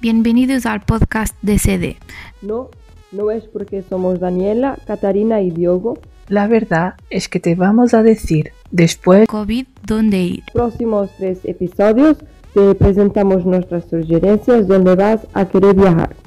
Bienvenidos al podcast de CD. No, no es porque somos Daniela, Catarina y Diogo. La verdad es que te vamos a decir después COVID, ¿dónde ir? Próximos tres episodios te presentamos nuestras sugerencias donde vas a querer viajar.